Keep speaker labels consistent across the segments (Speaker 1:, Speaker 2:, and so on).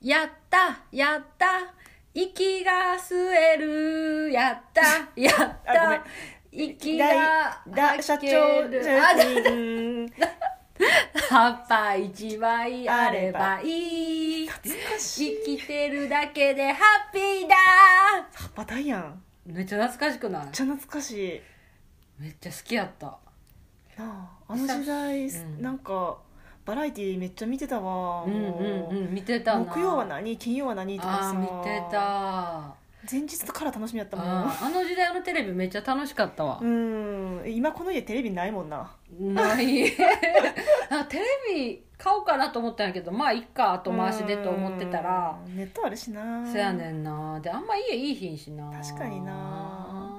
Speaker 1: やったやった息が吸えるや ったやっ
Speaker 2: あごめ
Speaker 1: た
Speaker 2: ん
Speaker 1: 息が
Speaker 2: だだ社
Speaker 1: 吐
Speaker 2: 長
Speaker 1: けるあじゃ
Speaker 2: うーん
Speaker 1: 葉っぱ一枚あればいい生きてるだけでハッピーだ
Speaker 2: 葉っぱだやん
Speaker 1: めっちゃ懐かしくない
Speaker 2: めっちゃ懐かしい
Speaker 1: めっちゃ好きやった
Speaker 2: なああの時代、
Speaker 1: うん
Speaker 2: なんかバラエティめっちゃ見てたわ
Speaker 1: うん
Speaker 2: も
Speaker 1: うんうん見てたな
Speaker 2: 木曜は何金曜は何とか
Speaker 1: あ
Speaker 2: さ
Speaker 1: ー見てた
Speaker 2: 前日から楽しみやったもん
Speaker 1: あーあの時代のテレビめっちゃ楽しかったわ
Speaker 2: う、ん今この家テレビないもんな
Speaker 1: ない あテレビ買おうかなと思ったんやけどまあいっか後回しでと思ってたら
Speaker 2: うんネットあるしな
Speaker 1: そやねんなであんま家いいひんしな
Speaker 2: 確かにな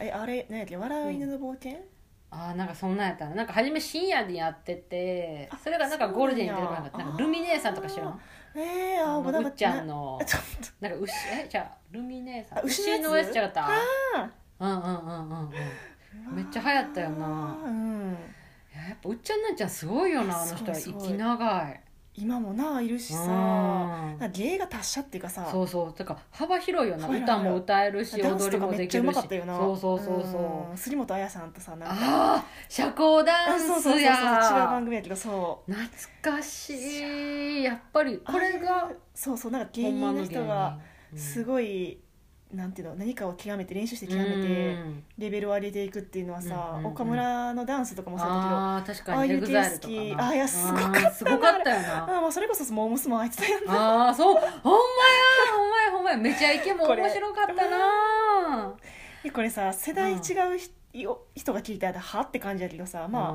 Speaker 2: えあれ何やっけ笑う犬の冒険、
Speaker 1: あーなんかそんなんやったななんか初め深夜でやってて
Speaker 2: あ
Speaker 1: それがなんかゴールデンに出てこなかった
Speaker 2: そうなんや
Speaker 1: なんかルミネーさんとか知らん
Speaker 2: ええ
Speaker 1: あ
Speaker 2: あ
Speaker 1: の
Speaker 2: もうなん
Speaker 1: う
Speaker 2: か
Speaker 1: っちゃんの
Speaker 2: なちょっと
Speaker 1: なんか牛えじゃあルミネーさ
Speaker 2: あ
Speaker 1: ん
Speaker 2: 牛のやつ
Speaker 1: 牛のやつじゃなか
Speaker 2: あ
Speaker 1: ったうんうんうんうんうん
Speaker 2: ー
Speaker 1: めっちゃ流行ったよな
Speaker 2: うん
Speaker 1: いややっぱうっちゃんなんちゃんすごいよなあの人は
Speaker 2: すごい
Speaker 1: 生
Speaker 2: すごい
Speaker 1: き長い
Speaker 2: 今もないるしさ
Speaker 1: うん
Speaker 2: なんか芸が達者っていうかさ
Speaker 1: そうそうてか幅広いよな
Speaker 2: 幅広い
Speaker 1: 歌も歌えるし
Speaker 2: ダン
Speaker 1: 踊
Speaker 2: ス
Speaker 1: り
Speaker 2: とか
Speaker 1: も
Speaker 2: め
Speaker 1: で
Speaker 2: っちゃ
Speaker 1: き
Speaker 2: う
Speaker 1: る
Speaker 2: ま
Speaker 1: し
Speaker 2: かったよな
Speaker 1: そうそうそうそ
Speaker 2: ん
Speaker 1: う
Speaker 2: 杉本彩さんとさなんか
Speaker 1: ああ社交ダ
Speaker 2: あ
Speaker 1: ン
Speaker 2: そうそう
Speaker 1: ス
Speaker 2: そうそう違う
Speaker 1: や
Speaker 2: 番組やけどそう
Speaker 1: 懐かしいやっぱりこれ
Speaker 2: あ
Speaker 1: が
Speaker 2: れそうそうなんか芸
Speaker 1: 本
Speaker 2: 人
Speaker 1: 間の
Speaker 2: の
Speaker 1: 芸
Speaker 2: 人
Speaker 1: 人
Speaker 2: が
Speaker 1: うん
Speaker 2: すごい、なんていうの何かを極めて練習して極め
Speaker 1: う
Speaker 2: て
Speaker 1: ん
Speaker 2: レベルを上げていくっていうのはさ、
Speaker 1: うんうんうん
Speaker 2: 岡村のダンスとかもそうだけど
Speaker 1: あー確
Speaker 2: あ
Speaker 1: か
Speaker 2: あ
Speaker 1: に
Speaker 2: い
Speaker 1: エ
Speaker 2: う
Speaker 1: グ
Speaker 2: 手
Speaker 1: ザイル
Speaker 2: つ
Speaker 1: と
Speaker 2: き
Speaker 1: かな
Speaker 2: あいやすごかった
Speaker 1: あーすごかったよ
Speaker 2: あ
Speaker 1: な
Speaker 2: まあそれこそモー娘も入ってたよ な
Speaker 1: ああそうほんまやほんまやほんまやめちゃイケも面白かったな
Speaker 2: えこれさ世代違うひ、よ人が聞いたらはって感じやけどさま
Speaker 1: あ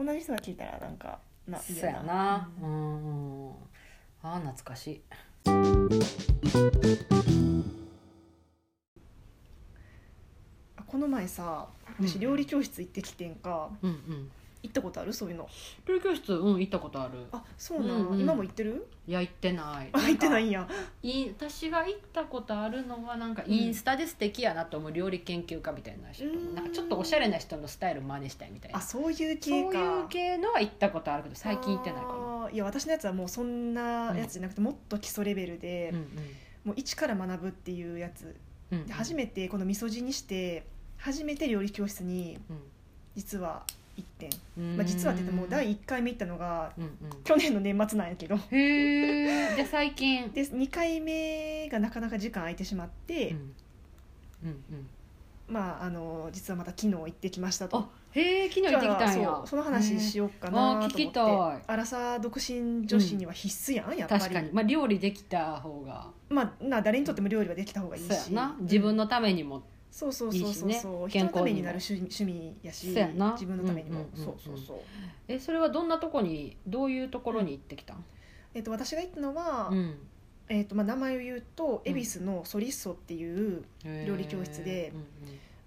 Speaker 2: あ、同じ人が聞いたらなんかな
Speaker 1: そ
Speaker 2: いういよ
Speaker 1: やなうん、うん、あー懐かしい
Speaker 2: あこの前さ
Speaker 1: う
Speaker 2: 私
Speaker 1: ん
Speaker 2: 料理教室行ってきてんか、
Speaker 1: うんうん
Speaker 2: 行ったことあるそういうの
Speaker 1: 料理教室うん行ったことある
Speaker 2: あそうなん、
Speaker 1: うんうん
Speaker 2: 今も行ってる
Speaker 1: いや行ってない
Speaker 2: あ行ってない
Speaker 1: ん
Speaker 2: ん
Speaker 1: か
Speaker 2: や
Speaker 1: い私が行ったことあるのはなんかインスタで素敵やなと思う料理研究家みたいな人、
Speaker 2: うん
Speaker 1: なんかちょっとおしゃれな人のスタイル真似したいみたい
Speaker 2: あ
Speaker 1: な
Speaker 2: そういう
Speaker 1: そう
Speaker 2: 系か
Speaker 1: いう系のは行ったことあるけど最近行ってないかな
Speaker 2: あーいや私のやつはもうそんなやつじゃなくてもっと基礎レベルで、
Speaker 1: うん
Speaker 2: もう一から学ぶっていうやつ
Speaker 1: うんうん
Speaker 2: で初めてこの味噌汁にして初めて料理教室に実は行ってん、
Speaker 1: うん
Speaker 2: まあ、実はって言っても第
Speaker 1: 一
Speaker 2: 1回目行ったのが
Speaker 1: うんうん
Speaker 2: 去年の年末なんやけど
Speaker 1: へえじゃあ最近
Speaker 2: で2回目がなかなか時間空いてしまって、
Speaker 1: うんうんうん
Speaker 2: まああの実はまた昨日行ってきましたと
Speaker 1: あへえ昨日行ってきたん
Speaker 2: じゃ
Speaker 1: や
Speaker 2: あそうその話しようかなと思って
Speaker 1: へーあー聞き
Speaker 2: アラサー独身女子には必須やん、やっぱり
Speaker 1: 確かに、まあ、料理できた方が
Speaker 2: まあ、な誰にとっても料理はできた方がいい
Speaker 1: そうや
Speaker 2: し
Speaker 1: な自分のためにも
Speaker 2: そうそうそうそう
Speaker 1: いいし
Speaker 2: そ
Speaker 1: ね
Speaker 2: う人のために
Speaker 1: 健康にも
Speaker 2: なる趣趣味やし
Speaker 1: そうやな
Speaker 2: 自分のために
Speaker 1: う
Speaker 2: も、
Speaker 1: んうんうんうん
Speaker 2: そうそうそう、
Speaker 1: えそれはどんなとこにどういうところに行ってきたん
Speaker 2: えっと私が行ったのは、
Speaker 1: うん
Speaker 2: えっとまあ、名前を言うと
Speaker 1: うん
Speaker 2: 恵比寿のソリッソっていう、
Speaker 1: へー
Speaker 2: 料理教室で
Speaker 1: うん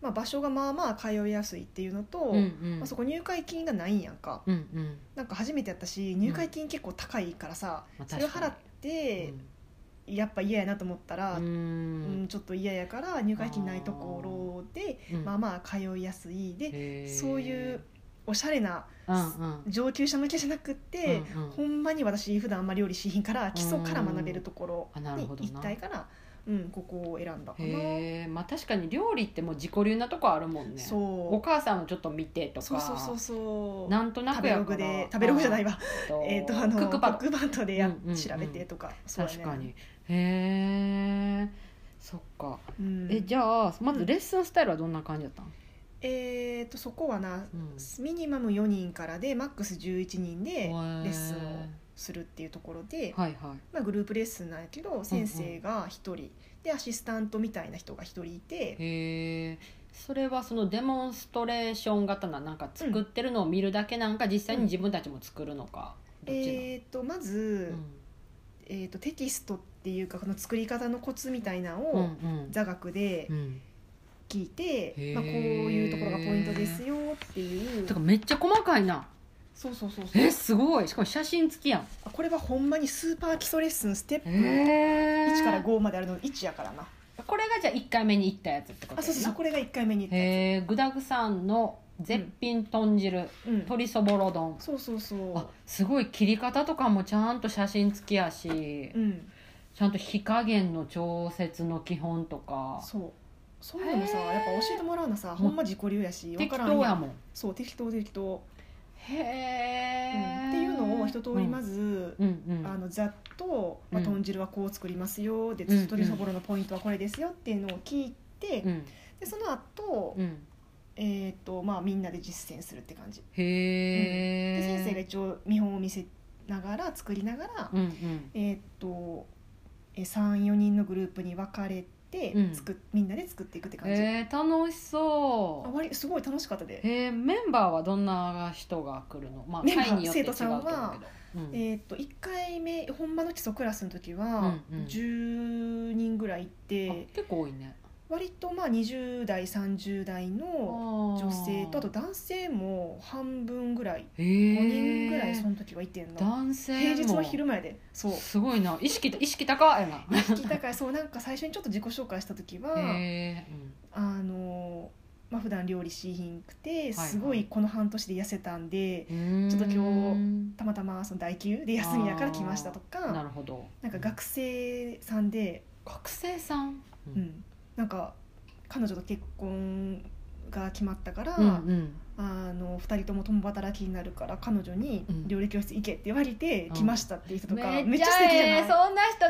Speaker 2: まあ、場所がまあまあ通いやすいっていうのと、
Speaker 1: うんうん
Speaker 2: まあ、そこ入会金がないんやんか
Speaker 1: うんうん
Speaker 2: なんか初めてやったし入会金結構高いからさ、
Speaker 1: まあ
Speaker 2: それを
Speaker 1: 確かに
Speaker 2: 払って、やっぱ嫌やなと思ったら、
Speaker 1: う
Speaker 2: うん
Speaker 1: ん
Speaker 2: ちょっと嫌やから入会金ないところで
Speaker 1: うん
Speaker 2: まあまあ通いやすいで
Speaker 1: へー
Speaker 2: そういうおしゃれな
Speaker 1: うんうん
Speaker 2: 上級者向けじゃなくって、
Speaker 1: うんうん
Speaker 2: ほんまに私普段あんまり料理しひんから基礎から学べるとこ
Speaker 1: うんあ
Speaker 2: ろ
Speaker 1: なる
Speaker 2: に
Speaker 1: ほどな
Speaker 2: 一体から、うん、ここを選んだかな。
Speaker 1: へえまあ確かに料理ってもう自己流なとこあるもんねお
Speaker 2: そ
Speaker 1: 母さんをちょっと見てと
Speaker 2: う
Speaker 1: か
Speaker 2: そうそうそうそう
Speaker 1: なんとな
Speaker 2: 食
Speaker 1: く
Speaker 2: べ
Speaker 1: や
Speaker 2: ログで食べログじゃない
Speaker 1: わ
Speaker 2: わ、 えっとあの
Speaker 1: クックパッド
Speaker 2: クックパッドでや
Speaker 1: うんうんうん
Speaker 2: 調べてとか、そうやね
Speaker 1: 確かに、へえそっか、
Speaker 2: うん、
Speaker 1: えじゃあまずレッスンスタイルはどんな感じだったの、
Speaker 2: えーとそこはな
Speaker 1: うん
Speaker 2: ミニマム4人からでマックス11人でレ
Speaker 1: ー
Speaker 2: ッスンをするっていうところで、
Speaker 1: はいはい
Speaker 2: まあ、グループレッスンなんやけど先生が1人、でアシスタントみたいな人が1人いて、
Speaker 1: へえそれはそのデモンストレーション型ななんか作ってるのを見るだけなんか実際に自分たちも作るのか、どっちなの、
Speaker 2: えー、とまず、
Speaker 1: うん
Speaker 2: えー、とテキストっていうかこの作り方のコツみたいなの
Speaker 1: うんう
Speaker 2: を
Speaker 1: ん
Speaker 2: 座学で
Speaker 1: うん
Speaker 2: 聞い
Speaker 1: へ
Speaker 2: て、
Speaker 1: ー
Speaker 2: まあ、こういうところがポイントですよっていう
Speaker 1: てかめっちゃ細かいな
Speaker 2: そうそうそうそう
Speaker 1: えすごいしかも写真付きやん
Speaker 2: あこれはほんまにスーパー基礎レッスンステップ
Speaker 1: へ
Speaker 2: 1から5まであるの1やからな
Speaker 1: これがじゃあ1回目に行ったやつってことやな
Speaker 2: あそうそうそうこれが1回目に言ったや
Speaker 1: へえ具だくさんの絶品豚汁、
Speaker 2: つ、うん、
Speaker 1: 鶏そぼろ丼
Speaker 2: そうそうそう
Speaker 1: あすごい切り方とかもちゃんと写真付きやし、
Speaker 2: うん
Speaker 1: ちゃんと火加減の調節の基本とか
Speaker 2: そうそういうのもさやっぱ教えてもらうのさほんま自己流やし分
Speaker 1: 適
Speaker 2: からん
Speaker 1: 当
Speaker 2: や
Speaker 1: や
Speaker 2: ん
Speaker 1: もん
Speaker 2: そう適当適当、
Speaker 1: へ
Speaker 2: うん
Speaker 1: え、
Speaker 2: っていうのを一通りま
Speaker 1: ず、
Speaker 2: ず、
Speaker 1: うんうん
Speaker 2: あのざっと、まあ、
Speaker 1: うん
Speaker 2: 豚汁はこう作りますよで
Speaker 1: うんうん
Speaker 2: 鶏そぼろのポイントはこれですよっていうのを聞いて、
Speaker 1: うん
Speaker 2: でその後、
Speaker 1: うん、
Speaker 2: えっ、とまあみんなで実践するって感じ
Speaker 1: へえ、
Speaker 2: で先生が一応見本を見せながら作りながら、
Speaker 1: うんうん
Speaker 2: えっ、と34人のグループに分かれ
Speaker 1: う
Speaker 2: て、
Speaker 1: ん
Speaker 2: 作っみんなで作っていくって感じ、
Speaker 1: えー、楽しそ
Speaker 2: あ
Speaker 1: う
Speaker 2: 割すごい楽しかったで、
Speaker 1: えー、メンバーはどんな人が来るのまあ
Speaker 2: メンバー
Speaker 1: 会によって違う
Speaker 2: 生徒
Speaker 1: と
Speaker 2: さ
Speaker 1: 思
Speaker 2: ん
Speaker 1: うけど
Speaker 2: は、
Speaker 1: うん
Speaker 2: えっと1回目ほんまの基礎クラスの時は
Speaker 1: うんうん
Speaker 2: 10人ぐらいいて、
Speaker 1: あ結構多いね
Speaker 2: 割とまあ20代30代の
Speaker 1: 女
Speaker 2: 女性とあと男性も半分ぐらい
Speaker 1: 5
Speaker 2: 5人ぐらいその時はいてんの
Speaker 1: 男性
Speaker 2: 平
Speaker 1: も
Speaker 2: 日の昼前で そう
Speaker 1: すごいな意識意識高いな
Speaker 2: 聞きたからそうなんか最初にちょっと自己紹介した時は、
Speaker 1: へえ
Speaker 2: あのまあ普段料理しひんくて
Speaker 1: いはい
Speaker 2: すごいこの半年で痩せたんで
Speaker 1: うん
Speaker 2: ちょっと今日
Speaker 1: うん
Speaker 2: たまたまその代休で休みやから来ましたと
Speaker 1: な
Speaker 2: か
Speaker 1: るほど
Speaker 2: なんか学生さんで
Speaker 1: 学生さんう
Speaker 2: うんん、なんか彼女と結婚が決まったから、
Speaker 1: うんうん
Speaker 2: あの2人とも共働きになるから彼女に
Speaker 1: うん
Speaker 2: 料理教室行けって言われて
Speaker 1: うん
Speaker 2: 来ましたっていう人とか、め
Speaker 1: め
Speaker 2: っ
Speaker 1: っ
Speaker 2: ち
Speaker 1: ち
Speaker 2: ゃ
Speaker 1: ゃ
Speaker 2: 素敵じゃ
Speaker 1: ええそんな人出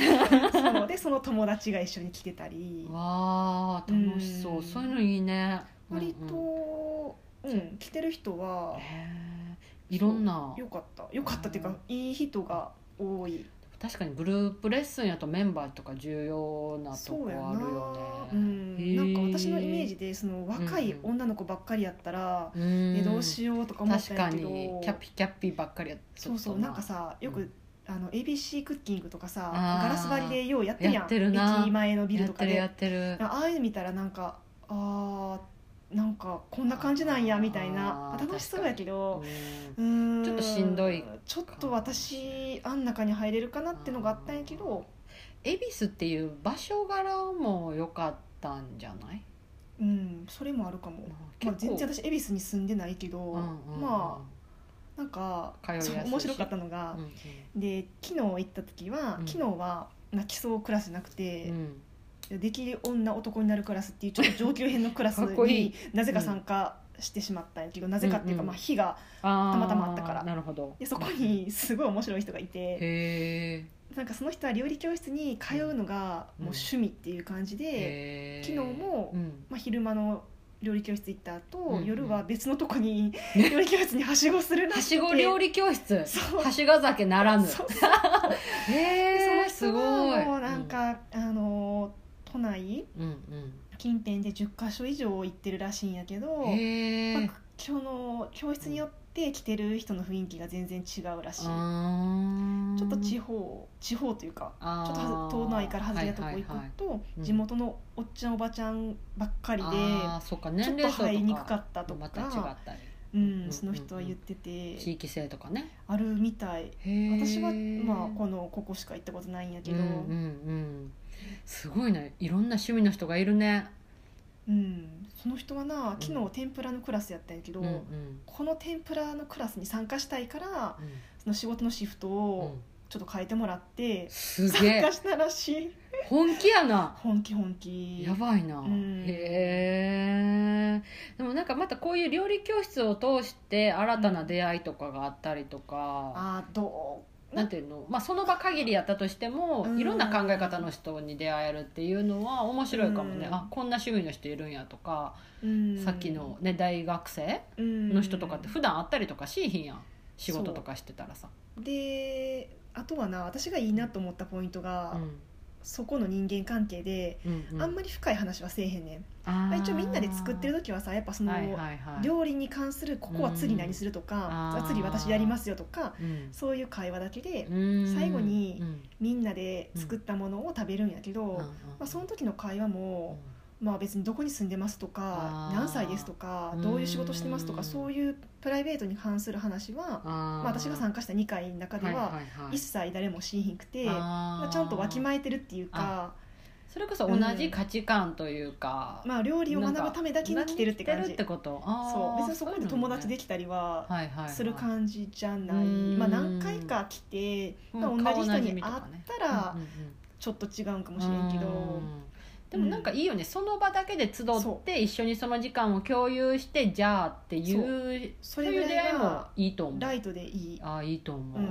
Speaker 1: 会いたいわー
Speaker 2: ないそうでその友達が一緒に来てたり
Speaker 1: わー楽しそううんそういうのいいね
Speaker 2: 割
Speaker 1: うんうん
Speaker 2: と、うん、来てる人
Speaker 1: へ
Speaker 2: は
Speaker 1: えいろんな
Speaker 2: よかったよかったっていう
Speaker 1: う
Speaker 2: かいい人が多い
Speaker 1: 確かにグループレッスンやとメンバーとか重要なと
Speaker 2: そ
Speaker 1: こ
Speaker 2: うやな
Speaker 1: あるよ
Speaker 2: う
Speaker 1: ね
Speaker 2: ん
Speaker 1: へー
Speaker 2: なんか私のイメージでその若い
Speaker 1: うんうん
Speaker 2: 女の子ばっかりやったら、
Speaker 1: うん
Speaker 2: えどうしようとか思った
Speaker 1: 確
Speaker 2: んや
Speaker 1: か
Speaker 2: けど
Speaker 1: にキャピキャピばっかりやっ
Speaker 2: そうそうなんかさよく、
Speaker 1: うん
Speaker 2: あの ABC クッキングとかさ
Speaker 1: あー
Speaker 2: ガラス張りでようやってるやん
Speaker 1: やってるな
Speaker 2: 駅前のビル
Speaker 1: や
Speaker 2: と
Speaker 1: っ
Speaker 2: か
Speaker 1: てるや
Speaker 2: で
Speaker 1: ってる
Speaker 2: ああいうの見たらなんかあーなんかこんな感じなんやみたいな
Speaker 1: あー
Speaker 2: 楽しそうやけど
Speaker 1: うん
Speaker 2: うーん
Speaker 1: ちょっとしんどい
Speaker 2: ちょっと私あん中に入れるかなってのがあったんやけど
Speaker 1: 恵比寿っていう場所柄も良かったんじゃない、
Speaker 2: うんそれもあるかも、まあ、全然
Speaker 1: 結
Speaker 2: 私恵比寿に住んでないけど、
Speaker 1: 構うんうんうん
Speaker 2: まあなんか
Speaker 1: 通いやすいし
Speaker 2: そう面白かったのが
Speaker 1: うん、
Speaker 2: で昨日行った時は、
Speaker 1: うん
Speaker 2: 昨日は、まあ、基礎クラスじゃなくて、
Speaker 1: うんうん
Speaker 2: できる女男になるクラスっていうちょっと上級編のクラス
Speaker 1: かっこい
Speaker 2: に
Speaker 1: い
Speaker 2: なぜか参加してしまったんやけど、なぜかっていうか、
Speaker 1: うんうん
Speaker 2: まあ、日が
Speaker 1: あー
Speaker 2: たまたまあったから
Speaker 1: なるほど
Speaker 2: でそこにすごい面白い人がいて
Speaker 1: へ
Speaker 2: なんかその人は料理教室に通うのが
Speaker 1: うん
Speaker 2: もう趣味っていう感じ
Speaker 1: え
Speaker 2: で、
Speaker 1: へえ
Speaker 2: 昨日も
Speaker 1: うん
Speaker 2: まあ、昼間の料理教室行った後、
Speaker 1: うんうん
Speaker 2: 夜は別のとこに料理教室にはしごするな
Speaker 1: はしご料
Speaker 2: 理
Speaker 1: 理教室は
Speaker 2: そう
Speaker 1: しご酒ならぬ
Speaker 2: そう
Speaker 1: へえ
Speaker 2: そ
Speaker 1: す
Speaker 2: の人
Speaker 1: ご
Speaker 2: はいもうなんか、あの都内
Speaker 1: うん
Speaker 2: 近辺で10か所以上行ってるらしいんやけど
Speaker 1: うんへ
Speaker 2: まあ
Speaker 1: え
Speaker 2: 今日の教室によって着てる人の雰囲気が全然違うらしい、ち
Speaker 1: ち
Speaker 2: ょっと地方地方というか
Speaker 1: ちょ
Speaker 2: ちょっとはず都内から外れたとこ行くと、地元のおっちゃんおばちゃんばっかりで、
Speaker 1: あーそっか
Speaker 2: ちょ
Speaker 1: 年
Speaker 2: っと
Speaker 1: 齢層
Speaker 2: 入りに
Speaker 1: と
Speaker 2: くか
Speaker 1: か
Speaker 2: ったと
Speaker 1: ま
Speaker 2: か
Speaker 1: た違った
Speaker 2: うん
Speaker 1: うん
Speaker 2: その人は言ってて、
Speaker 1: り地域性とかね
Speaker 2: あるみたい私
Speaker 1: 私
Speaker 2: は、まあ、このここしか行ったことないんやけど、
Speaker 1: う
Speaker 2: うん
Speaker 1: うんんすごいねいろんな趣味の人がいるね
Speaker 2: その人はな昨日天ぷらのクラスやったんやけど、
Speaker 1: うんうん
Speaker 2: この天ぷらのクラスに参加したいから
Speaker 1: うん
Speaker 2: その仕事のシフトを
Speaker 1: うん
Speaker 2: ちょっと変えてもらって、
Speaker 1: すげ
Speaker 2: 参加
Speaker 1: え
Speaker 2: したらしい
Speaker 1: 本気やな
Speaker 2: 本気本気
Speaker 1: やばいな、
Speaker 2: ん
Speaker 1: へえでもなんかまたこういう料理教室を通して新たな出会いとかがあったりとか、
Speaker 2: あーど
Speaker 1: なんていうの、まあ、その場限りやったとしても、
Speaker 2: うん
Speaker 1: いろんな考え方の人に出会えるっていうのは面白いかもね、
Speaker 2: うん
Speaker 1: あこんな趣味の人いるんやとか、
Speaker 2: う、うん
Speaker 1: さっきの、ね、大学生の人とかって普段会ったりとかしいひんやん仕事とかしてたらさ。
Speaker 2: うんであとはな私がいいなと思ったポイントが、
Speaker 1: うん
Speaker 2: そこの人間関係で、
Speaker 1: うんうん
Speaker 2: あんまり深い話はせえへんねん、
Speaker 1: あ
Speaker 2: まあ
Speaker 1: ー
Speaker 2: 一応みんなで作ってる時はさやっぱその、
Speaker 1: はいはいはい
Speaker 2: 料理に関するここは釣り何すると
Speaker 1: ん
Speaker 2: か、
Speaker 1: あー
Speaker 2: 釣り私やりますよとか
Speaker 1: うん
Speaker 2: そういう会話だけで、
Speaker 1: うん
Speaker 2: 最後に
Speaker 1: うん
Speaker 2: みんなで作ったものを食べるんやけど、
Speaker 1: うんうん
Speaker 2: まあ、その時の会話も、
Speaker 1: うん
Speaker 2: まあ別にどこに住んでますとか
Speaker 1: あー
Speaker 2: 何歳ですとか
Speaker 1: うん
Speaker 2: どういう仕事してますとかそういうプライベートに関する話は、
Speaker 1: ま
Speaker 2: まあ、私が参加した2回の中では一切誰もしひんくて、まあ、ちゃんとわきまえてるっていうか
Speaker 1: それこそ同じ価値観というか、
Speaker 2: まあ料理を学ぶためだけに来てるって感
Speaker 1: 来
Speaker 2: じ
Speaker 1: てるってことあ
Speaker 2: そう
Speaker 1: ー
Speaker 2: 別にそこで友達できたりは
Speaker 1: はいはいはい
Speaker 2: する感じじゃない、
Speaker 1: うん
Speaker 2: まあ何回か来て、まあ
Speaker 1: うん
Speaker 2: 同じ人に会
Speaker 1: 顔
Speaker 2: っ
Speaker 1: なじみと
Speaker 2: た
Speaker 1: からねうんうんうん
Speaker 2: ちょっと違うんかもしれんけど、
Speaker 1: うんでもなんかいいよね、その場だけで集っ
Speaker 2: そ
Speaker 1: て一緒にその時間を共有してじゃあっていうそ
Speaker 2: そ
Speaker 1: う
Speaker 2: れ
Speaker 1: い
Speaker 2: ぐ
Speaker 1: う出
Speaker 2: ら
Speaker 1: 会い
Speaker 2: い
Speaker 1: も
Speaker 2: が
Speaker 1: いいと思う
Speaker 2: ライトでいい、
Speaker 1: あいいと思う、
Speaker 2: うん、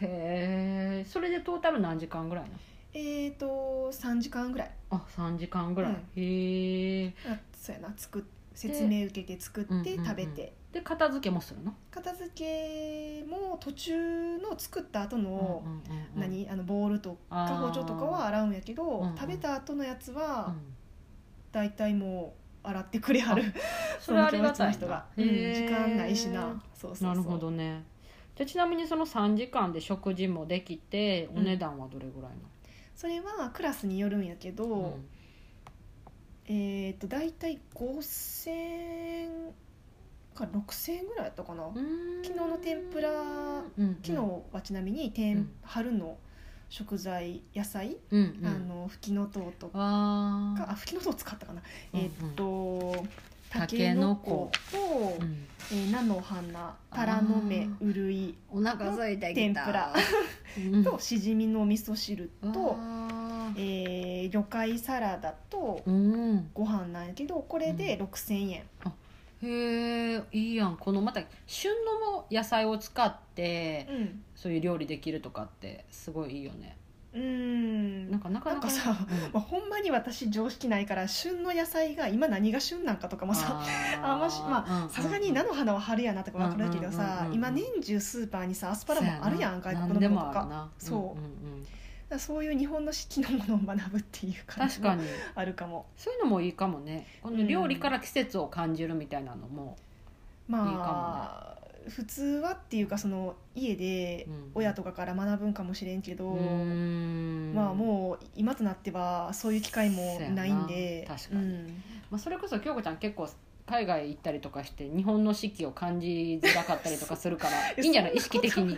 Speaker 1: へえそれでトータル何時間ぐらいなの
Speaker 2: えっ、ー、と3時間ぐらい
Speaker 1: あ三3時間ぐらい、
Speaker 2: うん
Speaker 1: へえ
Speaker 2: あそうやな作っ説明受けて作
Speaker 1: うんう
Speaker 2: っ
Speaker 1: ん
Speaker 2: て
Speaker 1: うん
Speaker 2: 食べて、
Speaker 1: で片付けもするの
Speaker 2: 片付けも途中の作った後の、
Speaker 1: うんうんうんうん
Speaker 2: 何あのボールと
Speaker 1: あ
Speaker 2: か
Speaker 1: ー
Speaker 2: 包丁とかは洗うんやけど、
Speaker 1: うんうん
Speaker 2: 食べた後のやつ
Speaker 1: う
Speaker 2: は
Speaker 1: ん
Speaker 2: 大体もう洗ってくれはる、
Speaker 1: それはありがたいな
Speaker 2: 人が、
Speaker 1: へ
Speaker 2: うん、
Speaker 1: ー
Speaker 2: 時間ないしなそうそうそう
Speaker 1: なるほどねじゃあちなみにその3時間で食事もできてお値段はどれぐらいな
Speaker 2: それはクラスによるんやけど、
Speaker 1: の、
Speaker 2: えっ、ー、と大体5000円か6000円ぐらいやったかな、
Speaker 1: うん
Speaker 2: 昨日の天ぷら
Speaker 1: うん
Speaker 2: 昨日はちなみに天、
Speaker 1: うん
Speaker 2: 春の食材野菜、
Speaker 1: うんうん、
Speaker 2: あのフキノトウとか
Speaker 1: あー
Speaker 2: あフキノトウ使ったかな、
Speaker 1: うんうん
Speaker 2: えっ、と
Speaker 1: タ
Speaker 2: た
Speaker 1: ケ
Speaker 2: け
Speaker 1: ノ
Speaker 2: の
Speaker 1: コ
Speaker 2: こと、
Speaker 1: うん
Speaker 2: えー菜の花タラの芽
Speaker 1: あ
Speaker 2: うるい
Speaker 1: お腹空いてきた
Speaker 2: 天ぷら
Speaker 1: うん
Speaker 2: としじみの味噌汁と、
Speaker 1: あー
Speaker 2: えー魚介サラダと
Speaker 1: うん
Speaker 2: ご飯なんやけどこれで6000円、
Speaker 1: へえいいやんこのまた旬の野菜を使って
Speaker 2: うん
Speaker 1: そういう料理できるとかってすごいいいよね
Speaker 2: うーん
Speaker 1: なんかなかなか
Speaker 2: なんかさ
Speaker 1: うん
Speaker 2: まあ、ほんまに私常識ないから旬の野菜が今何が旬なんかとかもさあんましまあさすがに菜
Speaker 1: の
Speaker 2: の花は春やなとか分かるけど
Speaker 1: うんうんうん
Speaker 2: さ
Speaker 1: うん
Speaker 2: 今年中スーパーにさアスパラもあるやん外国
Speaker 1: で
Speaker 2: のもの
Speaker 1: もあ
Speaker 2: と
Speaker 1: る
Speaker 2: か
Speaker 1: な
Speaker 2: そうん
Speaker 1: んうん
Speaker 2: だ からそういう日本の四季のものを学ぶっていう感じ
Speaker 1: 確か
Speaker 2: も
Speaker 1: に
Speaker 2: あるかも
Speaker 1: そういうのもいいかもねこの料理から季節を感じるみたいなのも、
Speaker 2: まあ普通はっていうかその家で
Speaker 1: うん
Speaker 2: 親とかから学ぶんかもしれんけど、
Speaker 1: ん
Speaker 2: まあもう今となってはそういう機会もないんで
Speaker 1: そうやな確かに
Speaker 2: うん
Speaker 1: まあ、それこそ京子ちゃん結構海外行ったりとかして日本の四季を感じづらかったりとかするから いいんじゃない意識的に。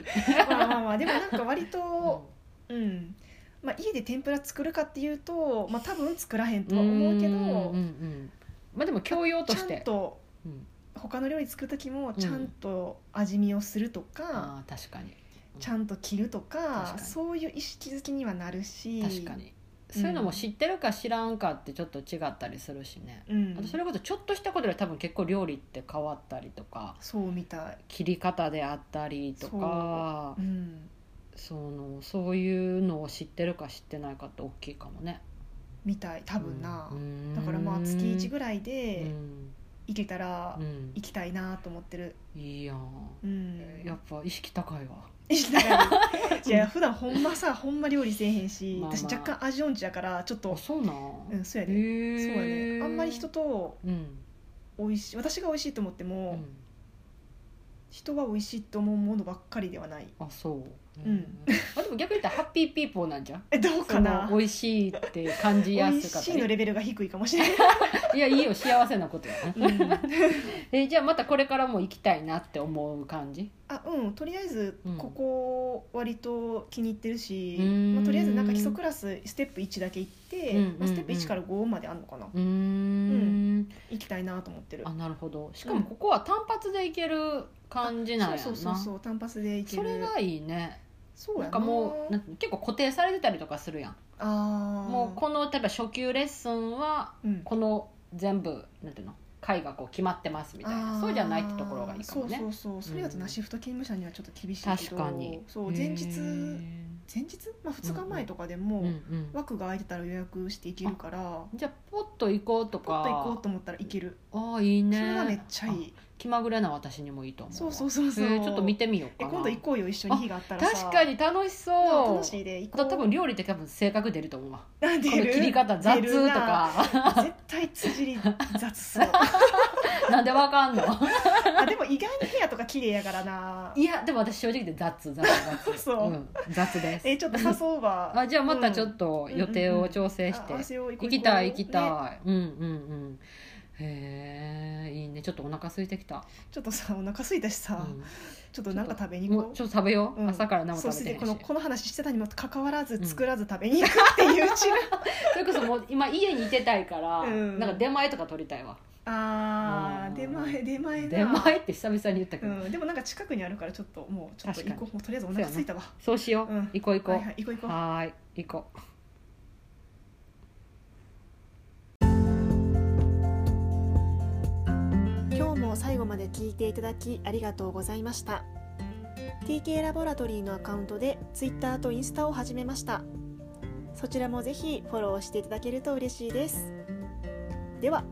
Speaker 2: まあまあまあでもなんか割と
Speaker 1: う
Speaker 2: うんまあ、家で天ぷら作るかっていうと、まあ、多分作らへんとは思うけど
Speaker 1: んうんうんまあでも教養とし
Speaker 2: ちゃ
Speaker 1: て
Speaker 2: ん。と
Speaker 1: うん
Speaker 2: 他の料理作る時も
Speaker 1: ん
Speaker 2: ちゃんと味見をするとか、
Speaker 1: ああ確かに
Speaker 2: ちゃんと切ると
Speaker 1: 確
Speaker 2: か
Speaker 1: かに
Speaker 2: そういう意識づきにはなるし
Speaker 1: 確か、にそういうのも知ってるか知らんかってちょっと違ったりするしね。
Speaker 2: うん
Speaker 1: あと、それこそちょっとしたことで多分結構料理って変わったりとか
Speaker 2: そうみたい、
Speaker 1: 切り方であったりとか
Speaker 2: うん、
Speaker 1: そのそういうのを知ってるか知ってないかって大きいかもね。
Speaker 2: みたい多分な、
Speaker 1: うん
Speaker 2: だからまあ月1ぐらいで
Speaker 1: うん
Speaker 2: 行けたら
Speaker 1: うん
Speaker 2: 行きたいなと思ってる、
Speaker 1: いいやん、
Speaker 2: うん、
Speaker 1: やっぱ意識高いわ
Speaker 2: 意識高いいや普段ほんまさほんま料理せえへんし、
Speaker 1: まあまあ
Speaker 2: 私若干味音痴やからちょっ
Speaker 1: あ
Speaker 2: と、
Speaker 1: そうなん、
Speaker 2: うん、そうや
Speaker 1: へ
Speaker 2: で、
Speaker 1: え
Speaker 2: そうやねあんまり人と
Speaker 1: うん、
Speaker 2: 美味しい私が美味しいと思って
Speaker 1: う
Speaker 2: も、
Speaker 1: ん、
Speaker 2: 人は美味しいと思うものばっかりではない
Speaker 1: あそう、
Speaker 2: うん
Speaker 1: あでも逆に言ったらハッピーピーポーなんじゃん
Speaker 2: えどうかな
Speaker 1: その美味しいって感じ
Speaker 2: 美
Speaker 1: や
Speaker 2: 味
Speaker 1: すかっ
Speaker 2: したいの
Speaker 1: り
Speaker 2: レベルが低いかもし れない、
Speaker 1: いやいいよ幸せなことや、ね、
Speaker 2: うん
Speaker 1: えじゃあまたこれからも行きたいなって思う感じ
Speaker 2: あうんとりあえず
Speaker 1: うん
Speaker 2: ここ割と気に入ってるし、
Speaker 1: うーん
Speaker 2: まあ、とりあえずなんか基礎クラスステップ1だけ行って、
Speaker 1: うんうんうん
Speaker 2: まあ、ステップ1から5まであんのかな
Speaker 1: うーん
Speaker 2: 行きたいなと思ってる
Speaker 1: あなるほどしかもここは単発で行ける感じなんやな
Speaker 2: そうそうそうそう単発で行け
Speaker 1: そ
Speaker 2: る
Speaker 1: れがいいね
Speaker 2: そうや
Speaker 1: な
Speaker 2: なん
Speaker 1: かもうなんて結構固定されてたりとかするやん
Speaker 2: ああ
Speaker 1: もうこの例えば初級レッスンは
Speaker 2: うん
Speaker 1: この全部なんていうの回がこう決まってますみたい
Speaker 2: あ
Speaker 1: な
Speaker 2: ー
Speaker 1: そうじゃないってところがいいかもね
Speaker 2: そうそうそうそれだと
Speaker 1: う
Speaker 2: なんシフト勤務者にはちょっと厳しいけど
Speaker 1: 確かに
Speaker 2: そう前日
Speaker 1: へー
Speaker 2: 前日、まあ、2日前とかでも、
Speaker 1: うんうん
Speaker 2: 枠が空いてたら予約していけるから
Speaker 1: じゃあポッと行こうと
Speaker 2: ポッ
Speaker 1: か
Speaker 2: と行こうと思ったらいける、
Speaker 1: ああいいね
Speaker 2: それがめっちゃいい
Speaker 1: 気まぐれな私にもいいと思う
Speaker 2: そうそうそうそう
Speaker 1: へーちょっと見てみようか
Speaker 2: え
Speaker 1: な
Speaker 2: 今度行こうよ一緒に日があったらさ
Speaker 1: 確かに楽し
Speaker 2: うん
Speaker 1: そう
Speaker 2: 楽しいで行こう
Speaker 1: 多分料理って多分性格出ると思うわ
Speaker 2: なんで
Speaker 1: この切り方雑
Speaker 2: 出る
Speaker 1: と
Speaker 2: な
Speaker 1: か
Speaker 2: 絶対辻り雑そう
Speaker 1: なんでわかんの
Speaker 2: あでも意外に部屋とか綺麗やからない
Speaker 1: やでも私正直で雑雑雑、
Speaker 2: そうん
Speaker 1: 雑です
Speaker 2: えちょっと誘うわ
Speaker 1: あじゃあまたちょ
Speaker 2: と
Speaker 1: っと予定を調整して、
Speaker 2: 行
Speaker 1: 行きたい行きたい、うんうんうんへえいいねちょっとお腹空いてきた、
Speaker 2: ちょっとさお腹空いたし
Speaker 1: う
Speaker 2: さ、
Speaker 1: ん
Speaker 2: ちょっとなんか食べに行
Speaker 1: も
Speaker 2: こ
Speaker 1: う
Speaker 2: う
Speaker 1: ちょっと食べよう、
Speaker 2: うん
Speaker 1: 朝から何も
Speaker 2: そう
Speaker 1: 食
Speaker 2: し
Speaker 1: べて
Speaker 2: て
Speaker 1: へんし
Speaker 2: このこの話してたにもかかわらず
Speaker 1: うん
Speaker 2: 作らず食べに行くっていううちら
Speaker 1: それこそもう今家にいてたいから、
Speaker 2: うん
Speaker 1: なんか出前とか取りたいわ
Speaker 2: あ
Speaker 1: う
Speaker 2: ー
Speaker 1: ん
Speaker 2: 出前出前な
Speaker 1: 出前って久々に言ったけ
Speaker 2: う
Speaker 1: ど、
Speaker 2: ん、でもなんか近くにあるからちょっともうちょっと行こ
Speaker 1: 確
Speaker 2: うもうとりあえずお腹空いたわ
Speaker 1: そうしよう、
Speaker 2: うん
Speaker 1: 行こう行こう、
Speaker 2: はいはい行こう行こう
Speaker 1: はーい行こう
Speaker 3: 今日も最後まで聞いていただきありがとうございました TK ラボラトリーのアカウントで Twitter とインスタを始めましたそちらもぜひフォローしていただけると嬉しいですでは